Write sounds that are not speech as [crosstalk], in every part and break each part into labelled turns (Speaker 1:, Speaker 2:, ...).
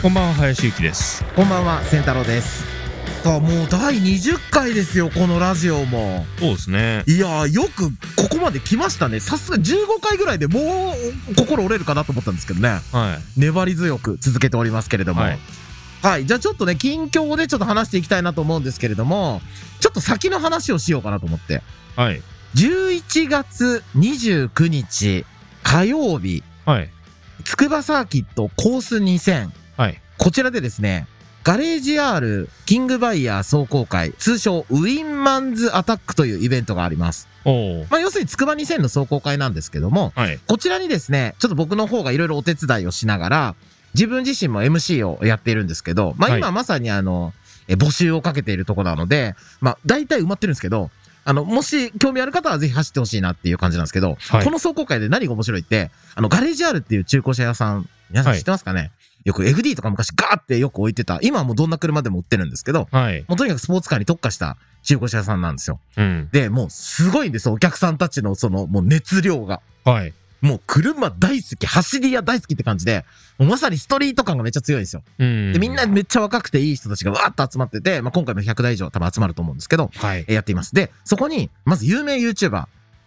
Speaker 1: こんばんは林幸です
Speaker 2: こんばんは、仙太郎です。と、もう第20回ですよ、このラジオも。
Speaker 1: そうですね
Speaker 2: いやー、よくここまで来ましたね。さすが15回ぐらいでもう心折れるかなと思ったんですけどね。
Speaker 1: は
Speaker 2: 粘り強く続けておりますけれども。は
Speaker 1: はいい。
Speaker 2: じゃあちょっとね、近況でちょっと話していきたいなと思うんですけれども、ちょっと先の話をしようかなと思って。
Speaker 1: いはい
Speaker 2: 11月29日火曜日、
Speaker 1: はい
Speaker 2: 筑波サーキットコース2000。
Speaker 1: はい
Speaker 2: こちらでですね、ガレージ R キングバイヤー壮行会、通称ウィンマンズアタックというイベントがあります。
Speaker 1: おお
Speaker 2: まあ、要するに筑波2000の壮行会なんですけども、
Speaker 1: はい
Speaker 2: こちらにですね、ちょっと僕の方がいろいろお手伝いをしながら、自分自身も MC をやっているんですけど、まあ
Speaker 1: はい
Speaker 2: 今まさにあの、え募集をかけているところなので、まあ大体埋まってるんですけど、あの、もし興味ある方はぜひ走ってほしいなっていう感じなんですけど、
Speaker 1: はい
Speaker 2: この壮行会で何が面白いって、あの、ガレージ R っていう中古車屋さん、皆さん知ってますかね、よく FD とか昔ガーってよく置いてた、今はもうどんな車でも売ってるんですけど、
Speaker 1: はい
Speaker 2: もうとにかくスポーツカーに特化した中古車屋さんなんですよ。
Speaker 1: うん
Speaker 2: で、もうすごいんですよ、お客さんたちのその、もう熱量が。
Speaker 1: はい
Speaker 2: もう車大好き、走り屋大好きって感じで、もうまさにストリート感がめっちゃ強いんですよ。
Speaker 1: うん
Speaker 2: で、みんなめっちゃ若くていい人たちがわーっと集まってて、まあ、今回も100台以上多分集まると思うんですけど、
Speaker 1: はい
Speaker 2: えやっています。で、そこに、まず有名 YouTuber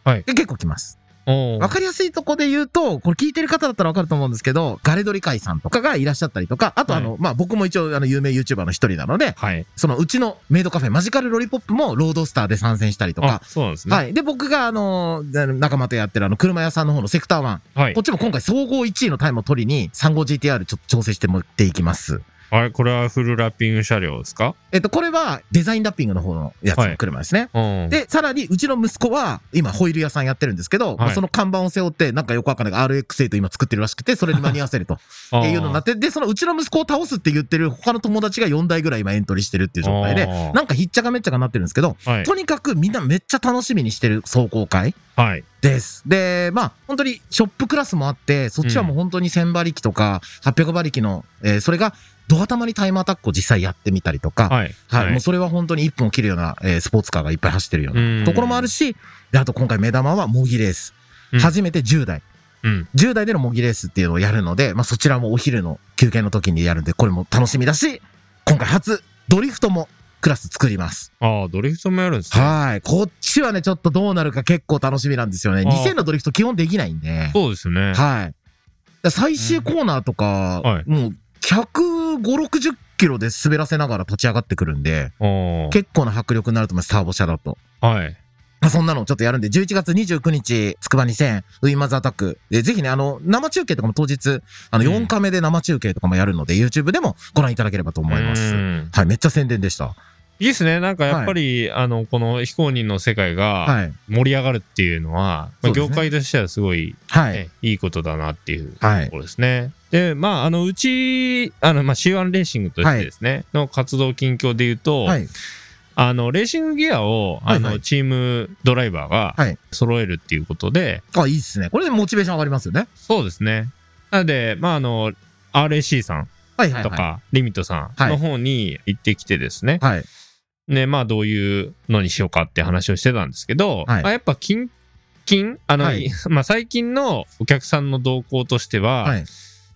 Speaker 1: はい
Speaker 2: が結構来ます。
Speaker 1: おお
Speaker 2: わかりやすいとこで言うと、これ聞いてる方だったらわかると思うんですけど、ガレドリカイさんとかがいらっしゃったりとか、あとあの、まあ、僕も一応あの有名 YouTuber の一人なので、
Speaker 1: はい
Speaker 2: そのうちのメイドカフェマジカルロリポップもロードスターで参戦したりと
Speaker 1: あ
Speaker 2: か、
Speaker 1: そうなんですね
Speaker 2: はい。で、僕があの、仲間とやってるあの車屋さんの方のセクター1、
Speaker 1: はい
Speaker 2: こっちも今回総合1位のタイムを取りに 35GTR ちょっと調整して持っていきます。
Speaker 1: あれこれはフルラッピング車両ですか
Speaker 2: えっと、これはデザインラッピングの方のやつの車ですね。
Speaker 1: うん
Speaker 2: で、さらに、うちの息子は、今、ホイール屋さんやってるんですけど、まあ
Speaker 1: はい
Speaker 2: その看板を背負って、なんかよくわかんないが RX8 今作ってるらしくて、それに間に合わせると
Speaker 1: [laughs] あー
Speaker 2: いうのになって、で、そのうちの息子を倒すって言ってる他の友達が4台ぐらい今エントリーしてるっていう状態で、
Speaker 1: あー
Speaker 2: なんかひっちゃかめっちゃかなってるんですけど、
Speaker 1: はい
Speaker 2: とにかくみんなめっちゃ楽しみにしてる壮行会
Speaker 1: はい
Speaker 2: です。で、まあ、本当にショップクラスもあって、そっちはもう本当に1000馬力とか800馬力の、えーそれが、ドア玉にタイムアタックを実際やってみたりとか、はい、
Speaker 1: はい
Speaker 2: もうそれは本当に1分を切るような、えースポーツカーがいっぱい走ってるよう
Speaker 1: う
Speaker 2: なんところもあるし、であと今回目玉は模擬レース。
Speaker 1: うん
Speaker 2: 初めて10代。
Speaker 1: うん
Speaker 2: 10代での模擬レースっていうのをやるので、まあそちらもお昼の休憩の時にやるんで、これも楽しみだし、今回初、ドリフトもクラス作ります。
Speaker 1: ああドリフトもやるんですね
Speaker 2: はい。こっちはね、ちょっとどうなるか結構楽しみなんですよね。
Speaker 1: あー
Speaker 2: 2000のドリフト基本できないんで。
Speaker 1: そうですね
Speaker 2: はい。だ最終コーナーとか、
Speaker 1: うんはい
Speaker 2: もう150、60キロで滑らせながら立ち上がってくるんで、
Speaker 1: おー
Speaker 2: 結構な迫力になると思います、ターボ車だと。
Speaker 1: はい
Speaker 2: まあ、そんなのをちょっとやるんで、11月29日、つくば2000、ウィンマズアタック。で、ぜひね、あの、生中継とかも当日、あの、
Speaker 1: うん
Speaker 2: 4カメで生中継とかもやるので、YouTube でもご覧いただければと思いま
Speaker 1: う
Speaker 2: す。
Speaker 1: ん
Speaker 2: はい、めっちゃ宣伝でした。
Speaker 1: いいですねなんかやっぱりあのこの非公認の世界が
Speaker 2: はい。
Speaker 1: 盛り上がるっていうのは、ま
Speaker 2: そ
Speaker 1: あ
Speaker 2: うですね
Speaker 1: 業界としてはすごい、
Speaker 2: は
Speaker 1: ね
Speaker 2: い。
Speaker 1: い、いことだなっていうと
Speaker 2: はい。
Speaker 1: ころですね。で、まあ、あのうちあの、まあ、C1 レーシングとしてですね、の活動近況で言うと、
Speaker 2: はい。あ
Speaker 1: あのレーシングギアをあの、
Speaker 2: はいはい
Speaker 1: チームドライバー
Speaker 2: は
Speaker 1: が
Speaker 2: い
Speaker 1: 揃えるっていうことで、
Speaker 2: あ、いいっすね。これでモチベーション上がりますよね。
Speaker 1: そうですね。なので、まあ、あの RAC さん
Speaker 2: はいはい
Speaker 1: と
Speaker 2: は
Speaker 1: か、
Speaker 2: い。
Speaker 1: リミットさんの方に行ってきてですね、
Speaker 2: はい。
Speaker 1: ね、まあどういうのにしようかって話をしてたんですけど、
Speaker 2: はい
Speaker 1: まあやっぱ近近あの、
Speaker 2: はい
Speaker 1: い [laughs] まあ最近のお客さんの動向としては、
Speaker 2: はい。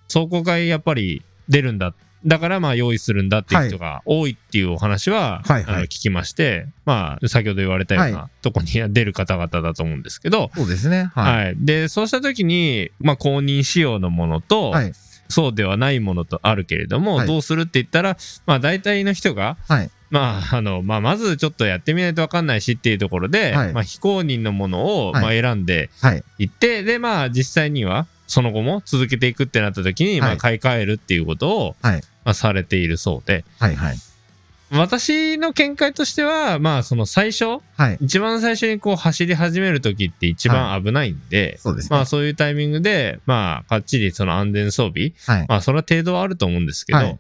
Speaker 1: 壮行会やっぱり出るんだ。だからまあ用意するんだっていう人が多いっていうお話は、
Speaker 2: はいはい
Speaker 1: あの聞きまして、まあ先ほど言われたよう
Speaker 2: は
Speaker 1: なとこに出る方々だと思うんですけど、
Speaker 2: そうですね。
Speaker 1: はい
Speaker 2: はい。
Speaker 1: で、そうした時に、まあ公認仕様のものと、
Speaker 2: はい。
Speaker 1: そうではないものとあるけれども、
Speaker 2: はい
Speaker 1: どうするって言ったら、まあ大体の人が、
Speaker 2: はい
Speaker 1: まああの、まあまずちょっとやってみないとわかんないしっていうところで、
Speaker 2: はい
Speaker 1: まあ非公認のものを、
Speaker 2: はい
Speaker 1: まあ選んで
Speaker 2: はい。
Speaker 1: いって、でまあ実際には、その後も続けていくってなった時に、ま
Speaker 2: は
Speaker 1: あ
Speaker 2: い
Speaker 1: 買い替えるっていうことを、
Speaker 2: はい
Speaker 1: まあされているそうで、
Speaker 2: はい。はい。
Speaker 1: 私の見解としては、まあその最初、
Speaker 2: はい。
Speaker 1: 一番最初にこう走り始める時って一番危ないんで、
Speaker 2: そうですね。
Speaker 1: まあそういうタイミングで、まあかっちりその安全装備、
Speaker 2: はい。
Speaker 1: まあ、それは程度はあると思うんですけど、
Speaker 2: はい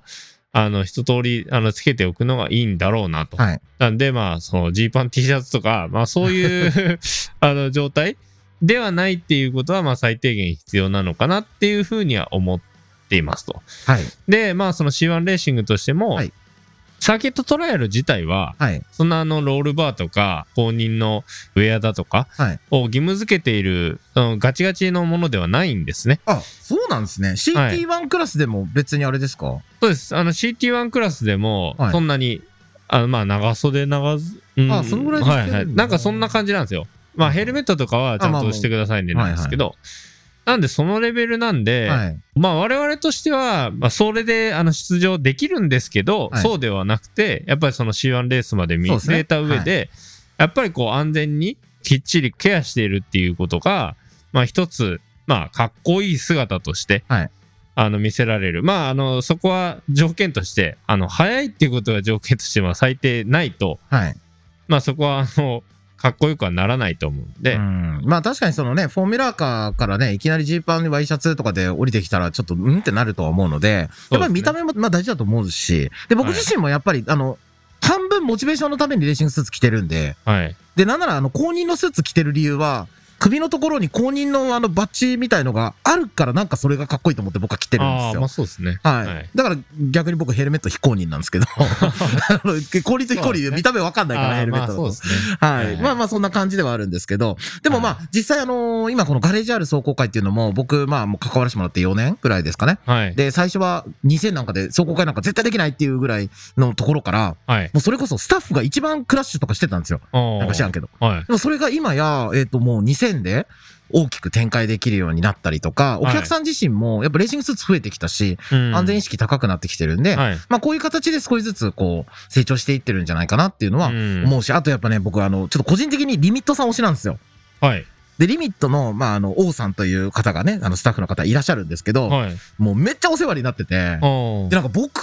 Speaker 1: あの、一通り、あの、つけておくのがいいんだろうなと。
Speaker 2: はい。
Speaker 1: なんで、まあ、その、ジーパン T シャツとか、まあ、そういう、
Speaker 2: [laughs]
Speaker 1: あの、状態ではないっていうことは、まあ、最低限必要なのかなっていうふうには思っていますと。
Speaker 2: はい。
Speaker 1: で、まあ、その C1 レーシングとしても、
Speaker 2: はい
Speaker 1: サーキットトライアル自体は、
Speaker 2: はい。
Speaker 1: そんなあのロールバーとか、公認のウェアだとか
Speaker 2: はい。
Speaker 1: を義務付けている、あのガチガチのものではないんですね。
Speaker 2: あ、そうなんですね。CT1 クラスでも別にあれですか、
Speaker 1: そうです。あの CT1 クラスでも
Speaker 2: は、い
Speaker 1: そんなに、あのまあ長袖長ず、うん
Speaker 2: あそのぐらいでしてるんだ
Speaker 1: はいはい。なんかそんな感じなんですよ。まあヘルメットとかはちゃん
Speaker 2: あまあま
Speaker 1: と
Speaker 2: あ
Speaker 1: してくださいねなんですけど、なんでそのレベルなんで、
Speaker 2: はい。
Speaker 1: まあ我々としては、まあ、それであの出場できるんですけど、
Speaker 2: はい
Speaker 1: そうではなくてやっぱりその C1 レースまで見
Speaker 2: そうですね
Speaker 1: 据えた上でやっぱりこう安全にきっちりケアしているっていうことが、まあ、一つ、まあ、かっこいい姿として、
Speaker 2: はい
Speaker 1: あの見せられるまああのそこは条件としてあの早いっていうことが条件としてまあ最低ないと、
Speaker 2: はい。
Speaker 1: まあ、そこはあのかっこよくはならないと思うんで、
Speaker 2: うん。まあ確かにそのね、フォーミュラーカーからね、いきなりジーパンにワイシャツとかで降りてきたら、ちょっとうんってなるとは思うので、やっぱり見た
Speaker 1: 目
Speaker 2: 目もまあ大事だと思うし、で、僕
Speaker 1: はい
Speaker 2: 自身もやっぱり、あの、半分モチベーションのためにレーシングスーツ着てるんで、
Speaker 1: はい
Speaker 2: で、なんならあの、公認のスーツ着てる理由は、首のところに公認のあのバッジみたいのがあるからなんかそれがかっこいいと思って僕は着てるんで
Speaker 1: あ
Speaker 2: す
Speaker 1: あ
Speaker 2: よ。
Speaker 1: まあそうですね
Speaker 2: はい、
Speaker 1: はい
Speaker 2: だから逆に僕ヘルメット非公認なんですけど、あの公認と非公
Speaker 1: そうです
Speaker 2: 認
Speaker 1: ね
Speaker 2: 見た目わかんないから
Speaker 1: あ
Speaker 2: ヘ
Speaker 1: あ
Speaker 2: ルメ
Speaker 1: まあ
Speaker 2: ットだ
Speaker 1: そう
Speaker 2: と
Speaker 1: で。すね
Speaker 2: は。
Speaker 1: はいい
Speaker 2: まあまあそんな感じではあるんですけど、でもまあ実際あのー今このガレージある走行会っていうのも僕まあもう関わらせてもらって4年ぐらいですかね。
Speaker 1: はい
Speaker 2: で、最初は2000なんかで走行会なんか絶対できないっていうぐらいのところから、
Speaker 1: はい
Speaker 2: もうそれこそスタッフが一番クラッシュとかしてたんですよ。なんか知らんけど。
Speaker 1: はい
Speaker 2: でもそれが今や、えっ、ともう2000で大きく展開できるようになったりとか、お客さん自身もやっぱレーシングスーツ増えてきたし、
Speaker 1: うん
Speaker 2: 安全意識高くなってきてるんで、
Speaker 1: はい。
Speaker 2: まあこういう形で少しずつこう成長していってるんじゃないかなっていうのは
Speaker 1: うん
Speaker 2: 思うし、あとやっぱね、僕あの、ちょっと個人的にリミットさん推しなんですよ。
Speaker 1: はい。
Speaker 2: で、リミットの、まあ、あの、王さんという方がね、あの、スタッフの方いらっしゃるんですけど、
Speaker 1: はい。
Speaker 2: もうめっちゃお世話になってて、
Speaker 1: お
Speaker 2: で、なんか僕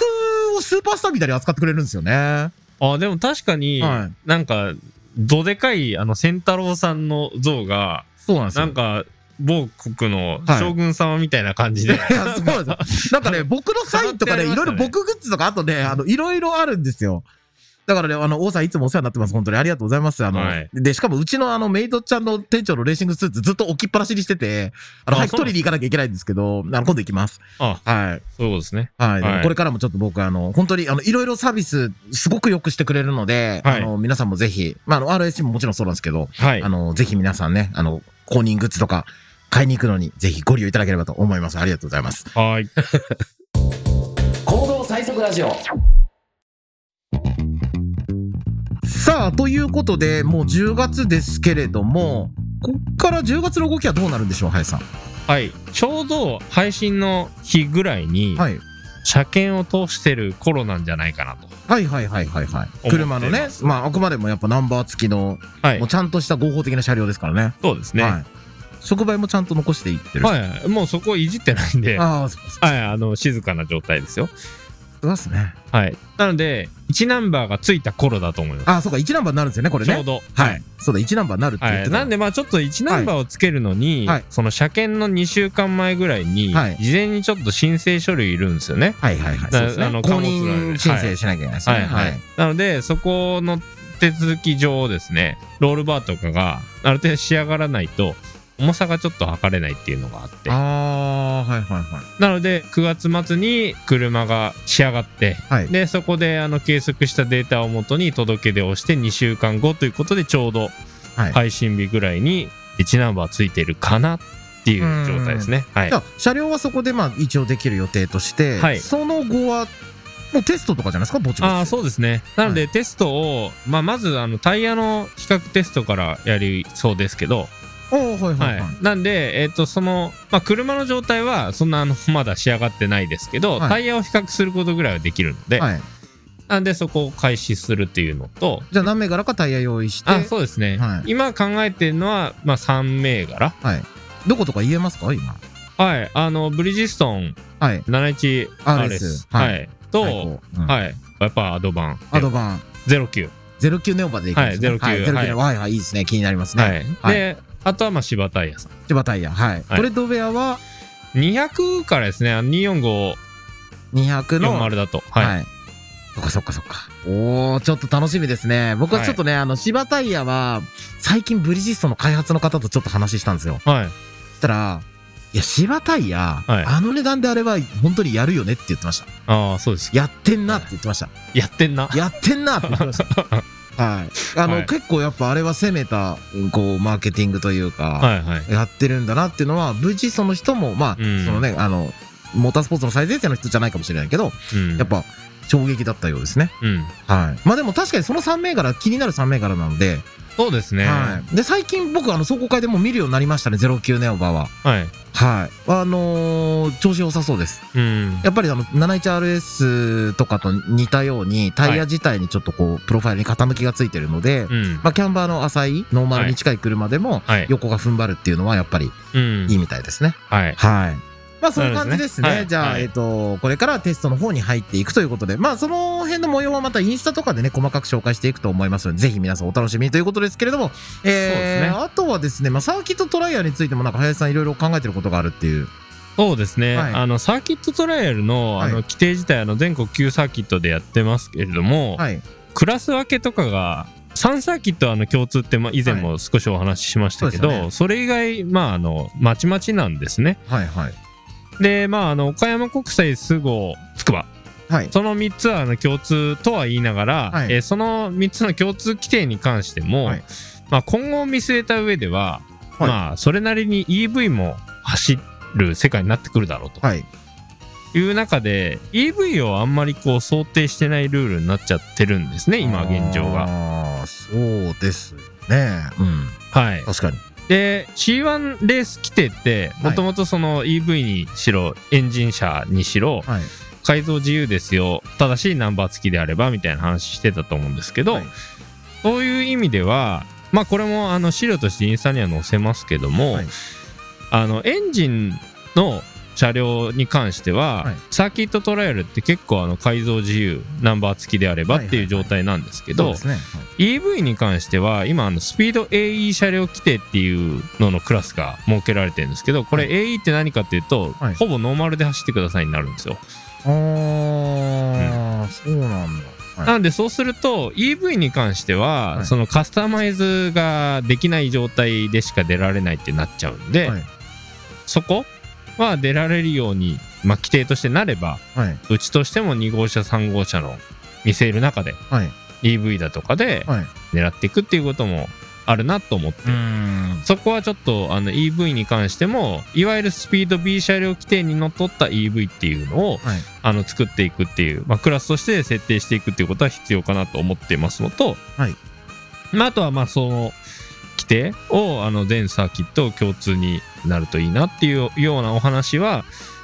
Speaker 2: をスーパースターみたいに扱ってくれるんですよね。
Speaker 1: あ、でも確かに、
Speaker 2: は
Speaker 1: なんか、どでかい、あの、仙太郎さんの像が、
Speaker 2: そうなんです
Speaker 1: な
Speaker 2: よ。
Speaker 1: んか、某国の
Speaker 2: はい
Speaker 1: 将軍様みたいな感
Speaker 2: [laughs]
Speaker 1: じで、
Speaker 2: いやそうなんで
Speaker 1: [laughs]
Speaker 2: すよ。なんかね、僕のサインとかね、い
Speaker 1: 飾ってありま
Speaker 2: ろい
Speaker 1: した
Speaker 2: ろ
Speaker 1: ね
Speaker 2: 僕グッズとか、あとね、あの、いろいろあるんですよ。だからね、あの、王さんいつもお世話になってます。本当にありがとうございます。あの、
Speaker 1: はい
Speaker 2: で、しかもうちのあの、メイドちゃんの店長のレーシングスーツずっと置きっぱなしにしてて、あの、
Speaker 1: あ
Speaker 2: 早く
Speaker 1: そうなん
Speaker 2: 取
Speaker 1: です
Speaker 2: りに行かなきゃいけないんですけど、あの、今度行きます。
Speaker 1: あ、
Speaker 2: はい。
Speaker 1: そういうことですね。
Speaker 2: はい。でも
Speaker 1: はい
Speaker 2: これからもちょっと僕、あの、本当に、あの、いろいろサービス、すごくよくしてくれるので、
Speaker 1: はい
Speaker 2: あの、皆さんもぜひ、まあ、あの、RSC ももちろんそうなんですけど、
Speaker 1: はい
Speaker 2: あ。の、ぜひ皆さんね、あの、公認グッズとか、買いに行くのに、ぜひご利用いただければと思います。ありがとうございます。
Speaker 1: はい。
Speaker 3: 行動最速ラジオ
Speaker 2: さあ、ということで、もう10月ですけれども、こっから10月の動きはどうなるんでしょう、林さん。
Speaker 1: はい。ちょうど配信の日ぐらいに、
Speaker 2: はい。
Speaker 1: 車検を通してる頃なんじゃないかなと。
Speaker 2: はいはいはいはいはい。
Speaker 1: す
Speaker 2: 車のね、まあ、あくまでもやっぱナンバー付きの、
Speaker 1: はい
Speaker 2: もう。ちゃんとした合法的な車両ですからね。
Speaker 1: そうですね。
Speaker 2: は。
Speaker 1: はい
Speaker 2: 触媒もちゃんと残していって
Speaker 1: い
Speaker 2: る。い。
Speaker 1: はい。もうそこをいじってないんで、は
Speaker 2: ああ、そうです
Speaker 1: い。あの、静かな状態ですよ。
Speaker 2: そうですね。
Speaker 1: はい。なので、1ナンバーがついた頃だと思います。
Speaker 2: あ、そうか、1ナンバーになるんですよね、これ
Speaker 1: ちょう
Speaker 2: ね。
Speaker 1: ど。
Speaker 2: はい。そうだ、1ナンバーになるって言っ
Speaker 1: は
Speaker 2: て
Speaker 1: い、
Speaker 2: た。
Speaker 1: なんでまあちょっと1ナンバーをつけるのに、
Speaker 2: はいはい
Speaker 1: その車検の2週間前ぐらいに、
Speaker 2: はい
Speaker 1: 事前にちょっと申請書類いるんですよね。
Speaker 2: はいはいはい。
Speaker 1: な
Speaker 2: そうですね
Speaker 1: あ。の
Speaker 2: 公
Speaker 1: 貨物なの
Speaker 2: 認
Speaker 1: で
Speaker 2: 申請しなきゃいけないですね。はい。
Speaker 1: なのでそこの手続き上ですねロールバーとかがある程度仕上がらないと重さがちょっと測れないっていうのがあって
Speaker 2: ああ、はいはいはい。
Speaker 1: なので9月末に車が仕上がって
Speaker 2: はい。
Speaker 1: でそこであの計測したデータをもとに届け出をして2週間後ということでちょうど
Speaker 2: はい
Speaker 1: 配信日ぐらいに1ナンバーついてるかなっていう状態ですね。はい
Speaker 2: じゃあ、車両はそこで、まあ、一応できる予定として、
Speaker 1: はい
Speaker 2: その後は、もうテストとかじゃないですか、ぼちぼち。
Speaker 1: ああそうですねなので、テストを、まあ、まずあのタイヤの比較テストからやりそうですけど、
Speaker 2: おーはいは
Speaker 1: はいい
Speaker 2: はい。
Speaker 1: なんで、えっとそのまあ、車の状態はそんなあのまだ仕上がってないですけど、
Speaker 2: はい
Speaker 1: タイヤを比較することぐらいはできるので、
Speaker 2: はい。
Speaker 1: なんでそこを開始するっていうのと
Speaker 2: じゃあ、何銘柄かタイヤ用意して、
Speaker 1: あそうですね、
Speaker 2: はい
Speaker 1: 今考えてるのは、まあ、3銘柄
Speaker 2: どことか言えますか、今。
Speaker 1: はいあのブリヂストン
Speaker 2: はい。
Speaker 1: 71RS、
Speaker 2: RS
Speaker 1: はい
Speaker 2: は
Speaker 1: と、
Speaker 2: 最
Speaker 1: はい
Speaker 2: 高うん
Speaker 1: やっぱアドバン
Speaker 2: アドバン、
Speaker 1: 09
Speaker 2: 09ネオバでいきますね。
Speaker 1: はい09
Speaker 2: 09ネオバ。はいはい、いいですね。気になりますね。
Speaker 1: はい、で、あとはまあ芝タイヤさん
Speaker 2: 千葉タイヤ。はい。
Speaker 1: はい
Speaker 2: トレッドウェアは、
Speaker 1: 200からですね、あの24540
Speaker 2: 200の、
Speaker 1: だと。はい。
Speaker 2: はい。そっかそっかそっか。おー、ちょっと楽しみですね。僕はちょっとね、あの、芝タイヤは、最近ブリヂストンの開発の方とちょっと話したんですよ。
Speaker 1: はい。
Speaker 2: そしたら、いや、芝タイヤ、
Speaker 1: はい
Speaker 2: あの値段であれば本当にやるよねって言ってました。
Speaker 1: ああ、そうです。
Speaker 2: やってんなって言ってました。
Speaker 1: やってんな。
Speaker 2: やってんなって言って
Speaker 1: [laughs]
Speaker 2: ました。はい。あの、
Speaker 1: はい
Speaker 2: 結構やっぱあれは攻めた、うんこう、マーケティングというか、
Speaker 1: はいはい。
Speaker 2: やってるんだなっていうのは、無事その人も、まあ、
Speaker 1: うん
Speaker 2: そのね、あの、モータースポーツの最前線の人じゃないかもしれないけど、
Speaker 1: うん。
Speaker 2: やっ。ぱ、衝撃だったようですね。
Speaker 1: うん。
Speaker 2: はい。まあでも確かにその3銘柄、気になる3銘柄なので、
Speaker 1: そうですね。は
Speaker 2: はい。で、最近僕、あの、壮行会でも見るようになりましたね、09ネオバ
Speaker 1: い。
Speaker 2: は。はい。あのー調子良さそうです。
Speaker 1: うん。
Speaker 2: やっぱりあの、71RS とかと似たように、タイヤ自体にちょっとこう、プロファイルに傾きがついてるので、
Speaker 1: うん。
Speaker 2: まあ、キャンバーの浅い、ノーマルに近い車でも、
Speaker 1: はい。
Speaker 2: 横が踏ん張るっていうのはやっぱり
Speaker 1: うん
Speaker 2: いい。みたいですね。
Speaker 1: はい。
Speaker 2: はい。まあそういう感じで
Speaker 1: そうです
Speaker 2: すね。
Speaker 1: ねはい
Speaker 2: じゃあ、
Speaker 1: はい
Speaker 2: えっ、と、これからテストの方に入っていくということで、まあその辺の模様はまたインスタとかでね、細かく紹介していくと思いますので、ぜひ皆さんお楽しみにということですけれども、
Speaker 1: そう
Speaker 2: え
Speaker 1: ですね
Speaker 2: ーあとはですね、まあサーキットトライアルについてもなんか林さんいろいろ考えてることがあるっていう。
Speaker 1: そうですね。
Speaker 2: はい
Speaker 1: あの、サーキットトライアルの、
Speaker 2: は
Speaker 1: あ
Speaker 2: い
Speaker 1: の、規定自体、あの、全国9サーキットでやってますけれども、
Speaker 2: はい。
Speaker 1: クラス分けとかが、3サーキットはあの共通って、まあ、以前も少しお話ししましたけど、
Speaker 2: そうですよね
Speaker 1: それ以外、まあ、あの、まちまちなんですね。
Speaker 2: はいはい。
Speaker 1: で、まあ、あの、岡山国際、菅生、つくば。
Speaker 2: はい。
Speaker 1: その3つはあの共通とは言いながら、
Speaker 2: はい
Speaker 1: えーその3つの共通規定に関しても、
Speaker 2: はい
Speaker 1: まあ、今後を見据えた上では、
Speaker 2: はい
Speaker 1: まあ、それなりに EV も走る世界になってくるだろうと
Speaker 2: はい。
Speaker 1: いう中で、EV をあんまりこう想定してないルールになっちゃってるんですね今現状が。
Speaker 2: ああ、そうですね。うん。
Speaker 1: はい、
Speaker 2: 確かに。
Speaker 1: で C1 レース規定って
Speaker 2: はい
Speaker 1: もともとその EV にしろエンジン車にしろ
Speaker 2: はい。
Speaker 1: 改造自由ですよ正しいナンバー付きであればみたいな話してたと思うんですけど、
Speaker 2: はい
Speaker 1: そういう意味ではまあこれもあの資料としてインスタには載せますけども、
Speaker 2: はい
Speaker 1: あのエンジンの車両に関しては、
Speaker 2: はい
Speaker 1: サーキットトライアルって結構あの改造自由ナンバー付きであればっていう状態なんですけど、
Speaker 2: そうですね。
Speaker 1: EV に関しては今あのスピード AE 車両規定っていうののクラスが設けられてるんですけどこれ
Speaker 2: は
Speaker 1: AE って何かっていうと、
Speaker 2: はい
Speaker 1: ほぼノーマルで走ってくださいになるんですよ。
Speaker 2: ああ、そうなんだ。はい
Speaker 1: なのでそうすると EV に関しては、
Speaker 2: はい
Speaker 1: そのカスタマイズができない状態でしか出られないってなっちゃうんで、
Speaker 2: はい
Speaker 1: そこは出られるように、まあ、規定としてなれば
Speaker 2: はい。
Speaker 1: うちとしても2号車3号車の見せる中で
Speaker 2: はい。
Speaker 1: EV だとかで
Speaker 2: はい。
Speaker 1: 狙っていくっていうこともあるなと思って、
Speaker 2: ん。
Speaker 1: そこはちょっとあの EV に関してもいわゆるスピード B 車両規定にのっとった EV っていうのを、
Speaker 2: はい
Speaker 1: あの作っていくっていう、まあ、クラスとして設定していくっていうことは必要かなと思ってますのと、
Speaker 2: はい
Speaker 1: まあ、あとはまあその規定をあの全サーキット共通になるといいなっていうようなお話は、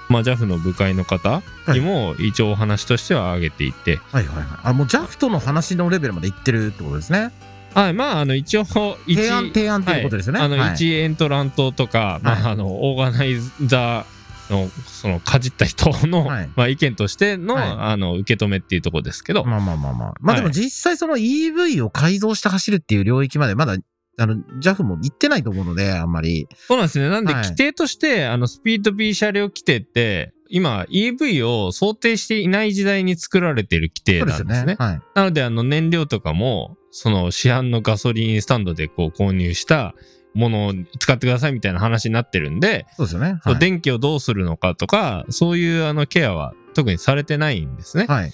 Speaker 1: まあ、JAF の部会の方にも一応お話としては挙げていて、
Speaker 2: はいはいはい。あ、もう JAF との話のレベルまで行ってるってことですね。
Speaker 1: はい、まああの一応一
Speaker 2: 提案、提案っていうことですよね。
Speaker 1: はい、あの
Speaker 2: はい
Speaker 1: 一エントラントとか、まあ、あのオーガナイザーのそのかじった人の、
Speaker 2: はい
Speaker 1: [laughs] まあ、意見としての,、
Speaker 2: はい
Speaker 1: あの受け止めっていうところですけど、
Speaker 2: まあまあまあまあ。まあでも
Speaker 1: はい
Speaker 2: 実際その EV を改造して走るっていう領域までまだ、あの、JAF も行ってないと思うので、あんまり。
Speaker 1: そうなんですねなんで
Speaker 2: はい
Speaker 1: 規定として、あのスピード B 車両規定って今 EV を想定していない時代に作られている規定
Speaker 2: そう
Speaker 1: なん
Speaker 2: で
Speaker 1: ですす
Speaker 2: よ
Speaker 1: ね
Speaker 2: ね。はい。
Speaker 1: なのであの燃料とかもその市販のガソリンスタンドでこう購入したものを使ってくださいみたいな話になってるんで、
Speaker 2: そうですよね。
Speaker 1: そう
Speaker 2: はい。
Speaker 1: 電気をどうするのかとかそういうあのケアは特にされてないんですね。
Speaker 2: はい。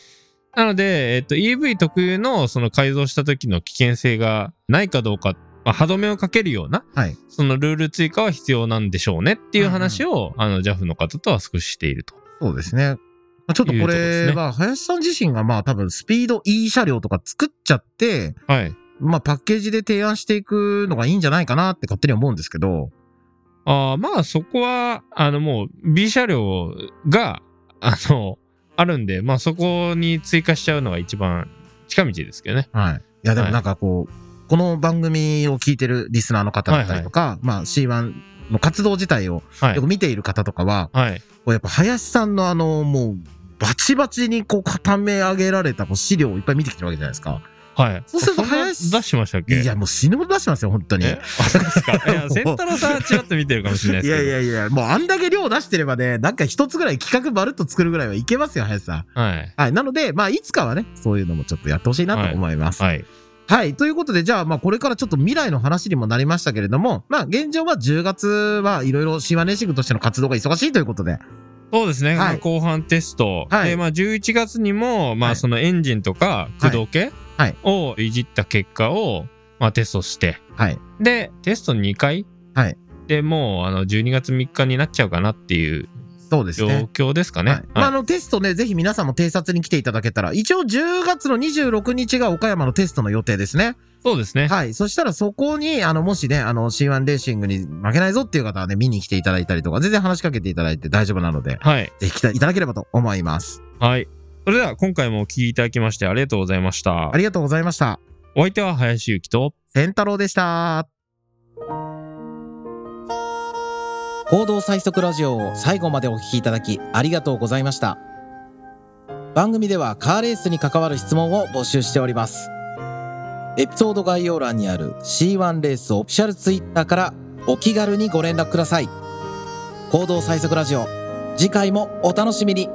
Speaker 1: なので、えっと、EV 特有のその改造した時の危険性がないかどうか、まあ歯止めをかけるような
Speaker 2: はい。
Speaker 1: そのルール追加は必要なんでしょうねっていう話を、あの JAF の方とは少ししていると。
Speaker 2: そうですね。まあちょっと
Speaker 1: いう
Speaker 2: こと
Speaker 1: こです
Speaker 2: れ
Speaker 1: ね
Speaker 2: は、林さん自身がまあ多分スピード E 車両とか作っちゃって、
Speaker 1: はい。
Speaker 2: まあパッケージで提案していくのがいいんじゃないかなって勝手に思うんですけど。
Speaker 1: あーまあそこはあのもう B 車両があのあるんで、まあ、そこに追加しちゃうのが一番近道ですけどね。
Speaker 2: はい。いや、でも
Speaker 1: はい
Speaker 2: なんかこう、この番組を聞いてるリスナーの方だったりとか、まあ C1 の活動自体を
Speaker 1: はい
Speaker 2: よく見ている方とかは、
Speaker 1: はい。
Speaker 2: こうやっぱ林さんのあの、もう、バチバチにこう固め上げられたこう資料をいっぱい見てきてるわけじゃないですか。
Speaker 1: はい。
Speaker 2: そうすると
Speaker 1: んな
Speaker 2: 林
Speaker 1: 出しましたっ
Speaker 2: い
Speaker 1: け
Speaker 2: や、もう死ぬほど出してますよ、本当に。い
Speaker 1: えあそうですか。いや、仙太郎さんはちらっと見てるかもしれない
Speaker 2: や
Speaker 1: で
Speaker 2: い
Speaker 1: すけど。
Speaker 2: やいや、もうあんだけ量出してればね、なんか一つぐらい企画バルッと作るぐらいはいけますよ、林さん。
Speaker 1: はい。
Speaker 2: はい。なので、まあ、いつかはね、そういうのもちょっとやってほしいなと思います。
Speaker 1: はい。
Speaker 2: はい。ということで、じゃあ、まあ、これからちょっと未来の話にもなりましたけれども、まあ、現状は10月はいろいろ島根支部としての活動が忙しいということで。
Speaker 1: そうですね、
Speaker 2: はい
Speaker 1: まあ後半テスト、
Speaker 2: はい
Speaker 1: でまあ、11月にも、ま
Speaker 2: は
Speaker 1: あ、
Speaker 2: い
Speaker 1: そのエンジンとか駆動系
Speaker 2: はい
Speaker 1: をいじった結果を、まあ、テストして
Speaker 2: はい。
Speaker 1: でテスト2回、
Speaker 2: はい
Speaker 1: でもうあの12月3日になっちゃうかなっていう
Speaker 2: そうです
Speaker 1: 状
Speaker 2: ね。
Speaker 1: 況ですかね。
Speaker 2: はいまあ、あのテストね、ぜひ皆さんも偵察に来ていただけたら、一応10月の26日が岡山のテストの予定ですね。
Speaker 1: そうですね、
Speaker 2: はい。そしたらそこに、あの、もしね、あの、C1 レーシングに負けないぞっていう方はね、見に来ていただいたりとか、全然話しかけていただいて大丈夫なので、
Speaker 1: はい
Speaker 2: ぜひ来ていただければと思います。
Speaker 1: はい、それでは今回もお聞きいただきましてありがとうございました
Speaker 2: あ。りがとうございました。
Speaker 1: お相手は林幸と
Speaker 2: 千太郎でした。
Speaker 3: 行動最速ラジオを最後までお聞きいただきありがとうございました番組ではカーレースに関わる質問を募集しておりますエピソード概要欄にある C1 レースオフィシャルツイッターからお気軽にご連絡ください行動最速ラジオ次回もお楽しみに